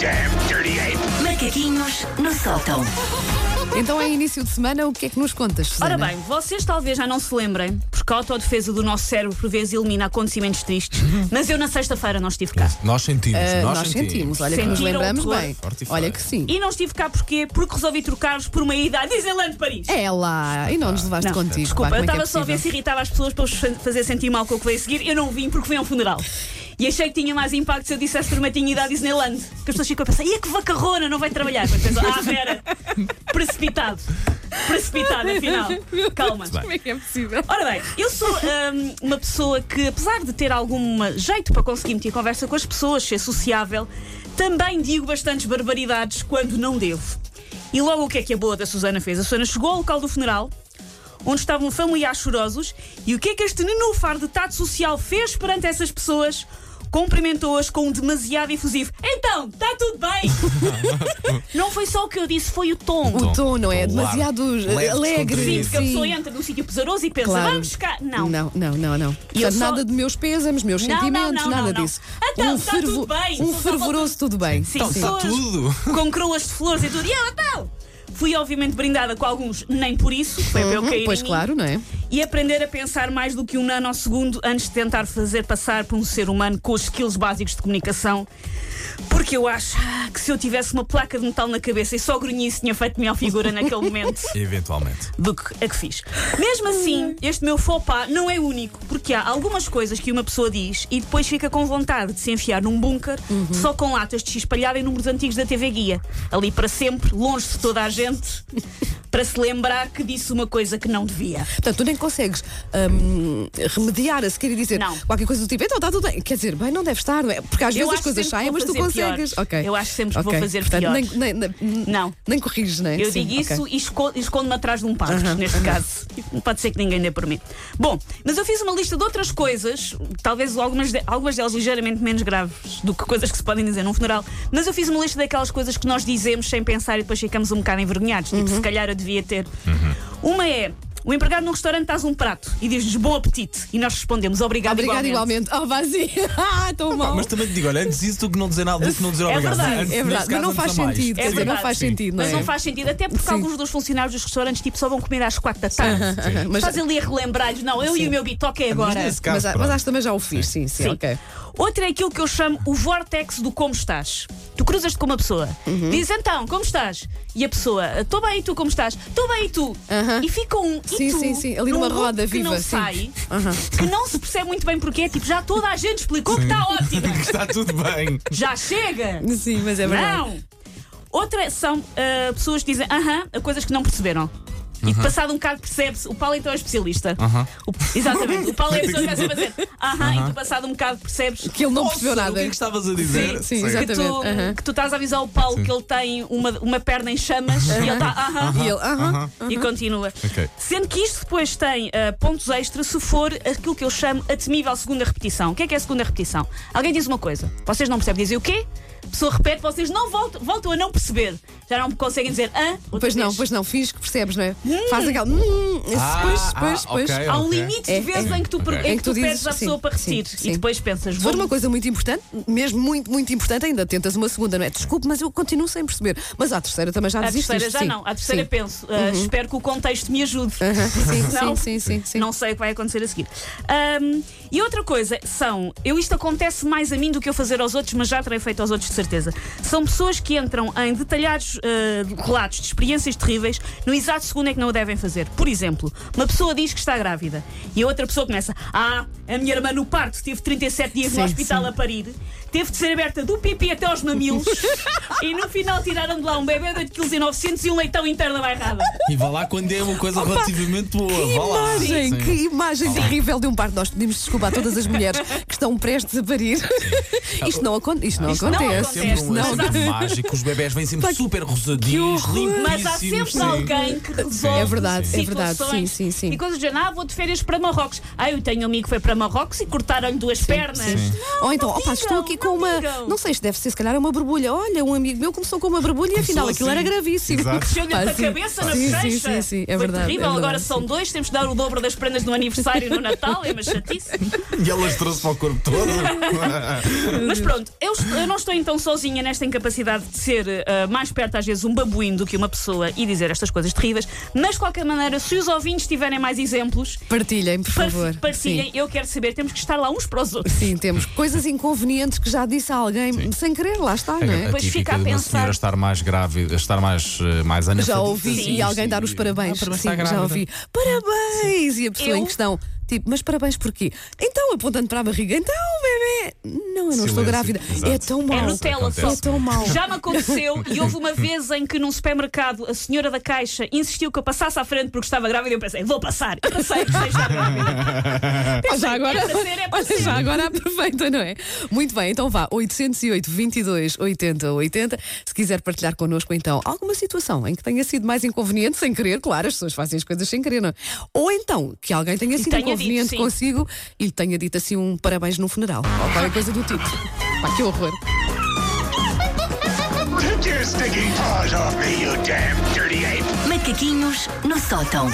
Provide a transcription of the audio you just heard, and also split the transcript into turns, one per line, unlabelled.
damn dirty ape!
Macaquinhos no sótão.
Então é início de semana, o que é que nos contas, Susana?
Ora bem, vocês talvez já não se lembrem, porque a autodefesa do nosso cérebro por vezes elimina acontecimentos tristes,
Uhum.
mas eu na sexta-feira não estive cá.
Nós sentimos,
Ah,
nós,
nós, sentimos, olha que nos
Sentiram
lembramos
o terror.
bem.
Forte e
Olha
feio.
que sim.
E não estive cá porquê? Porque resolvi trocar-vos por uma ida a Disneyland Paris.
É lá, e não nos levaste
Não,
contigo.
desculpa,
pá,
eu
como é que
estava
é
só a ver se
possível?
irritava as pessoas para os fa- fazer sentir mal com o que veio a seguir. Eu não vim porque fui a um funeral. E achei que tinha mais impacto se eu dissesse que uma tinha ido à Disneyland. Que as pessoas ficam a pensar, e é que vacarrona, não vai trabalhar. Quando pensam, ah, Vera, precipitado. Precipitado, afinal. Calma.
Como é que é possível?
Ora bem, eu sou hum, uma pessoa que, apesar de ter algum jeito para conseguir meter conversa com as pessoas, ser sociável, também digo bastantes barbaridades quando não devo. E logo o que é que a boa da Susana fez? A Susana chegou ao local do funeral, onde estavam familiares chorosos, e o que é que este nenúfar de tato social fez perante essas pessoas? Cumprimentou-as com um demasiado efusivo. Então, está tudo bem! não foi só o que eu disse, foi o tom.
O tom, não é?
Tom, claro.
Demasiado
Leve,
alegre.
Sim, porque a
sim.
pessoa entra num sítio pesaroso e pensa,
Claro.
vamos cá.
Não, não, não, não.
E eu
Portanto,
só-
nada de meus pésames, meus
Não, não,
sentimentos,
não,
nada
não, não.
disso.
Então,
um
está tudo bem.
um
Só
fervoroso tudo bem.
Sim, um
Então, está
pessoas
tudo.
Com coroas de flores e tudo. E eu, então! Fui, obviamente, brindada com alguns, nem por isso, foi para eu
Uhum,
cair. em
pois
mim.
claro, não é?
E aprender a pensar mais do que um nanosegundo antes de tentar fazer passar por um ser humano com os skills básicos de comunicação. Porque eu acho ah, que se eu tivesse uma placa de metal na cabeça e só grunhisse, tinha feito melhor figura naquele momento
Eventualmente.
do que a que fiz. Mesmo assim, este meu faux pas não é único, porque há algumas coisas que uma pessoa diz e depois fica com vontade de se enfiar num bunker só com latas de se espalhar em números antigos da TV Guia. Ali para sempre, longe de toda a gente, para se lembrar que disse uma coisa que não devia.
Portanto, tu nem consegues hum, remediar a sequer e dizer
Não.
qualquer coisa do tipo, então está tudo bem. Quer dizer, bem, não deve estar, não é? Porque às vezes
Eu
as
acho
coisas
sempre que
saem,
vou
mas tu
fazer
consegues.
pior.
Ok.
Eu acho sempre que vou
Ok.
fazer
Portanto,
pior.
nem, nem, nem,
Não.
Nem corriges, não é?
Eu
Sim,
digo isso
ok.
e esco- e escondo-me atrás de um pasto, neste caso. Não pode ser que ninguém dê por mim. Bom, mas eu fiz uma lista de outras coisas, talvez algumas, de- algumas delas ligeiramente menos graves do que coisas que se podem dizer num funeral, mas eu fiz uma lista daquelas coisas que nós dizemos sem pensar e depois ficamos um bocado envergonhados. Tipo,
Uhum.
se calhar eu devia ter. Uma é. O empregado num restaurante traz um prato e diz-nos bom apetite. E nós respondemos obrigado,
Obrigada
igualmente.
igualmente. Oh, vazio. Ah, tão
Pá,
mal.
mas também te digo, olha, antes disso do que não dizer nada, do que não dizer
É
obrigado.
verdade,
Antes-
É
nesse
verdade, mas
caso,
não
antes
faz
há mais.
sentido.
É
quer dizer, não
verdade.
faz
Sim.
sentido, não é?
Mas não faz sentido, até porque
Sim.
alguns dos funcionários dos restaurantes tipo, só vão comer às quatro da tarde.
Sim. Mas-
Faz ali a relembrar-lhes, não, eu e o meu bitoque é
Mas
agora.
nesse caso,
Mas, mas
pronto.
acho que também já o fiz, sim, sim,
Sim.
ok.
Outro é aquilo que eu chamo o vortex do como estás. Tu cruzas-te com uma pessoa,
Uhum.
diz então, como estás? E a pessoa, estou bem e tu, como estás? Estou bem e tu?
Aham.
E fica um. e
Sim,
tu?
sim, sim, ali numa
num grupo
roda
que
viva,
não
sim.
sai, que não se percebe muito bem porque é tipo, já toda a gente explicou que está ótima.
Está tudo bem.
Já chega!
Sim, mas é verdade.
Não! Outra são ah, pessoas que dizem aham a coisas que não perceberam. E que passado um bocado percebe-se, o Paulo então é especialista. O- exatamente, o Paulo é a pessoa que vai sempre a dizer aham, e tu passado um bocado percebes
Que ele não percebeu
Nossa, O que
nada.
é que estavas a dizer?
Sim, sim, exato.
que tu,
Exatamente, aham.
que tu estás a avisar o Paulo que ele tem uma, uma perna em chamas e ele está aham
E ele, aham.
e continua.
Ok.
Sendo que isto depois tem ah, pontos extra se for aquilo que eu chamo a temível segunda repetição. O que é que é a segunda repetição? Alguém diz uma coisa, vocês não percebem, dizem o quê? A pessoa repete, vocês não voltam, voltam a não perceber. Já não conseguem dizer hã? outra
Pois não,
vez.
pois não, fiz que percebes, não é? Faz aquele. Hum,
Ah,
pois,
ah,
pois, pois.
ok.
Há um
Ok.
limite
É,
de vezes
é.
em que tu, per-
Ok.
em
Em
que
que
tu,
tu dizes,
pedes à
sim,
pessoa para
sim,
repetir
sim.
e depois pensas,
Se for
vou-
uma coisa muito importante, mesmo muito, muito importante, ainda tentas uma segunda, não é? Desculpe, mas eu continuo sem perceber. Mas à terceira também já
À
desististe.
terceira já
sim.
não. À
Sim.
terceira
Uhum.
penso. ah, Espero que o contexto me ajude.
Aham, sim,
Não.
sim, sim, sim, sim.
Não sei o que vai acontecer a seguir. Ahm, e outra coisa são, eu isto acontece mais a mim do que eu fazer aos outros, mas já terei feito aos outros de certeza. São pessoas que entram em detalhados ah, relatos de experiências terríveis no exato segundo em que não o devem fazer. Por exemplo, uma pessoa diz que está grávida e a outra pessoa começa: Ah, a minha irmã no parto teve 37 dias no
Sim,
hospital
sim.
a parir, teve de ser aberta do pipi até aos mamilos e no final tiraram de lá um bebê de 8,9 kg e um leitão interno da bairrada.
E vá lá quando é uma coisa relativamente boa.
Que
vá lá.
imagem,
Sim.
que imagem terrível de um parto. Nós pedimos desculpa a todas as mulheres que estão prestes a parir. Isto não, acon isto não
não
É
acontece.
sempre um
Não.
acidente mágico, os bebés vêm sempre super rosadinhos, limpíssimos.
Mas há sempre
sim.
alguém que resolve.
É verdade, é verdade. Sim,
situações
sim, sim.
E coisas do género, ah, vou de férias para Marrocos. Ah, eu tenho um amigo que foi para Marrocos e cortaram-lhe duas pernas.
Ou então,
não
opa, estou
digam,
aqui com
não
uma.
digam.
Não sei, isto deve ser, se calhar, é uma borbulha. Olha, um amigo meu começou com uma borbulha e afinal aquilo
assim.
era gravíssimo.
Exato.
Cresceu-lhe
Pá,
a
Ah, sim.
cabeça na
sim,
bochecha.
sim, sim, sim, é
Foi
verdade. é
terrível. Agora
verdade.
são dois, temos de dar o dobro das prendas no aniversário e no Natal, é uma chatice.
E elas trouxe para o corpo todo.
Mas pronto, eu, est- eu não estou então tão sozinha nesta incapacidade de ser eh, mais perto, às vezes, um babuíno do que uma pessoa e dizer estas coisas terríveis. Mas, de qualquer maneira, se os ouvintes tiverem mais exemplos,
Partilhem, por
par-
favor.
partilhem.
Sim.
Eu quero saber, temos que estar lá uns para os outros.
Sim, temos coisas inconvenientes que já disse a alguém sem querer, lá está, não
A
é?
Pois fica a
típica de uma
pensar.
senhora estar mais grávida, estar mais, eh, mais
Já
analfabeta.
ouvi
Sim,
e alguém
sim.
dar os parabéns.
Ah, parabéns,
Sim,
está
já
grávida.
ouvi. Parabéns! E a pessoa
Eu?
em questão, tipo, mas parabéns porquê? Então, apontando para a barriga, então, bebê! Não, eu não estou
Silêncio,
grávida.
exato.
É tão mau.
Nutella só.
É tão mau.
Já me aconteceu e houve uma vez em que num supermercado a senhora da caixa insistiu que eu passasse à frente porque estava grávida e eu pensei, vou passar, eu passei, deixa estar grávida.
Ah, já agora,
É para ser, é para
olha,
ser.
já agora aproveita, não é? Muito bem, então vá, 808 22 80 80. Se quiser partilhar connosco, então, alguma situação em que tenha sido mais inconveniente, sem querer, claro, as pessoas fazem as coisas sem querer, não é? Ou então, que alguém tenha sido
tenha dito,
inconveniente
sim.
consigo e lhe tenha dito assim um parabéns no funeral, ou qualquer coisa do tipo. Pá, que horror.
Take your stinking paws off me, you damn dirty ape!
Macaquinhos no sótão.